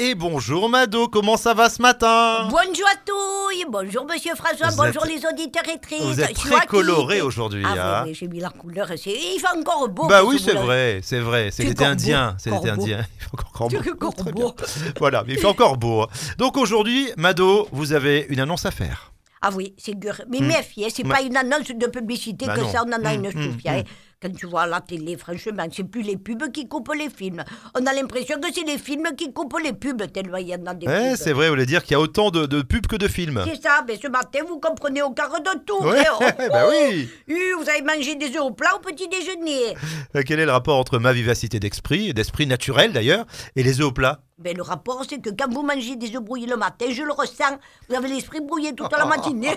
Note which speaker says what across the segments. Speaker 1: Et bonjour Mado, comment ça va ce matin
Speaker 2: Bonjour à tous, bonjour Monsieur François,
Speaker 1: Vous
Speaker 2: bonjour
Speaker 1: êtes-
Speaker 2: les auditeurs et trices.
Speaker 1: Vous êtes
Speaker 2: Je suis
Speaker 1: très
Speaker 2: Aki.
Speaker 1: coloré aujourd'hui,
Speaker 2: Ah
Speaker 1: hein.
Speaker 2: oui, mais j'ai mis la couleur, c'est... il fait encore beau.
Speaker 1: Bah
Speaker 2: ce
Speaker 1: oui, c'est
Speaker 2: boulot.
Speaker 1: vrai, c'est vrai, c'est
Speaker 2: Du
Speaker 1: l'été
Speaker 2: corbeau,
Speaker 1: indien, c'est l'été
Speaker 2: corbeau.
Speaker 1: indien. Il fait encore
Speaker 2: Du
Speaker 1: beau. Très
Speaker 2: corbeau.
Speaker 1: bien. Voilà, mais il fait encore beau. hein. Donc aujourd'hui, Mado, vous avez une annonce à faire.
Speaker 2: Ah oui, c'est dur. Mais
Speaker 1: Hmm.
Speaker 2: méfiez, c'est
Speaker 1: Bah-
Speaker 2: pas une annonce de publicité
Speaker 1: Bah
Speaker 2: que
Speaker 1: non.
Speaker 2: ça, on en a
Speaker 1: Hmm,
Speaker 2: une
Speaker 1: hmm,
Speaker 2: souffle. hein. Quand tu vois à la télé, franchement, c'est plus les pubs qui coupent les films. On a l'impression que c'est les films qui coupent les pubs, tellement il y en a des
Speaker 1: Eh,
Speaker 2: pubs.
Speaker 1: c'est vrai, vous voulez dire qu'il y a autant de, de pubs que de films.
Speaker 2: C'est ça, mais ce matin, vous comprenez au quart de tout.
Speaker 1: Ouais,
Speaker 2: hein. Oh,
Speaker 1: bah oui
Speaker 2: euh, vous avez mangé des œufs au plat au petit déjeuner.
Speaker 1: Euh, Quel est le rapport entre ma vivacité d'esprit, d'esprit naturel d'ailleurs, et les œufs au plat
Speaker 2: Ben, le rapport, c'est que quand vous mangez des œufs brouillés le matin, je le ressens, vous avez l'esprit brouillé toute la matinée.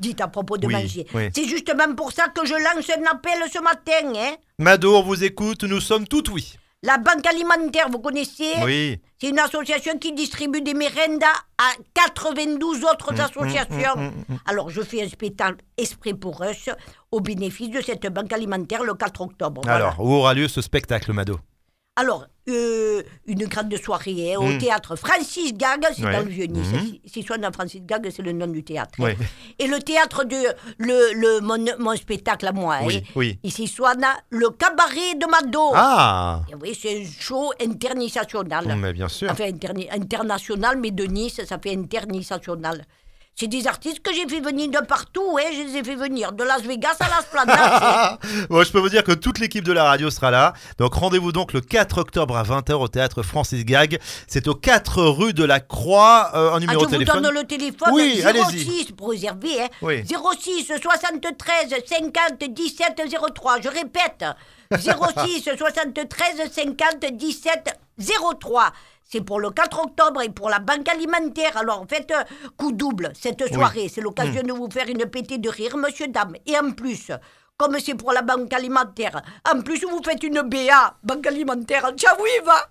Speaker 2: Dites à propos de
Speaker 1: Oui,
Speaker 2: manger.
Speaker 1: oui.
Speaker 2: C'est justement pour ça que je lance un appel ce matin. Hein.
Speaker 1: Mado, on vous écoute, nous sommes tout oui.
Speaker 2: La Banque alimentaire, vous connaissez
Speaker 1: Oui.
Speaker 2: C'est une association qui distribue des mérendas à 92
Speaker 1: Mmh,
Speaker 2: autres associations. Alors, je fais un spectacle esprit pour eux au bénéfice de cette banque alimentaire le 4 octobre. Voilà.
Speaker 1: Alors, où aura lieu ce spectacle, Mado
Speaker 2: Alors, euh, une grande soirée hein, au
Speaker 1: Mm.
Speaker 2: théâtre Francis Gag, c'est
Speaker 1: Ouais.
Speaker 2: dans le Vieux-Nice.
Speaker 1: Mhm.
Speaker 2: Si soit dans Francis Gag, c'est le nom du théâtre.
Speaker 1: Ouais.
Speaker 2: Et le théâtre de le, le- mon, mon spectacle à moi.
Speaker 1: Oui,
Speaker 2: hein.
Speaker 1: oui.
Speaker 2: Ici, soit dans le cabaret de Mado.
Speaker 1: Ah Oh,
Speaker 2: Et Oui, c'est un show international.
Speaker 1: Mais bien sûr.
Speaker 2: Enfin, interni- international, mais de Nice, ça fait international. C'est des artistes que j'ai fait venir de partout, hein. je les ai fait venir de Las Vegas à Las Planas.
Speaker 1: Ah, Bon, je peux vous dire que toute l'équipe de la radio sera là. Donc rendez-vous donc le 4 octobre à 20h au théâtre Francis Gag. C'est au 4 rue de la Croix, euh, un
Speaker 2: Ah,
Speaker 1: numéro
Speaker 2: je
Speaker 1: de téléphone.
Speaker 2: vous donne le téléphone
Speaker 1: Oui,
Speaker 2: 06
Speaker 1: allez-y.
Speaker 2: pour réserver. Hein,
Speaker 1: Oui.
Speaker 2: 06 73 50 17 03. Je répète. 06 73 50 17 03. C'est pour le 4 octobre et pour la banque alimentaire. Alors faites un coup double cette soirée. C'est
Speaker 1: Hmm.
Speaker 2: l'occasion de vous faire une pétée de rire, monsieur, dame. Et en plus. Comme c'est pour la banque alimentaire. En plus, vous faites une BA, banque alimentaire. Ciao, oui, va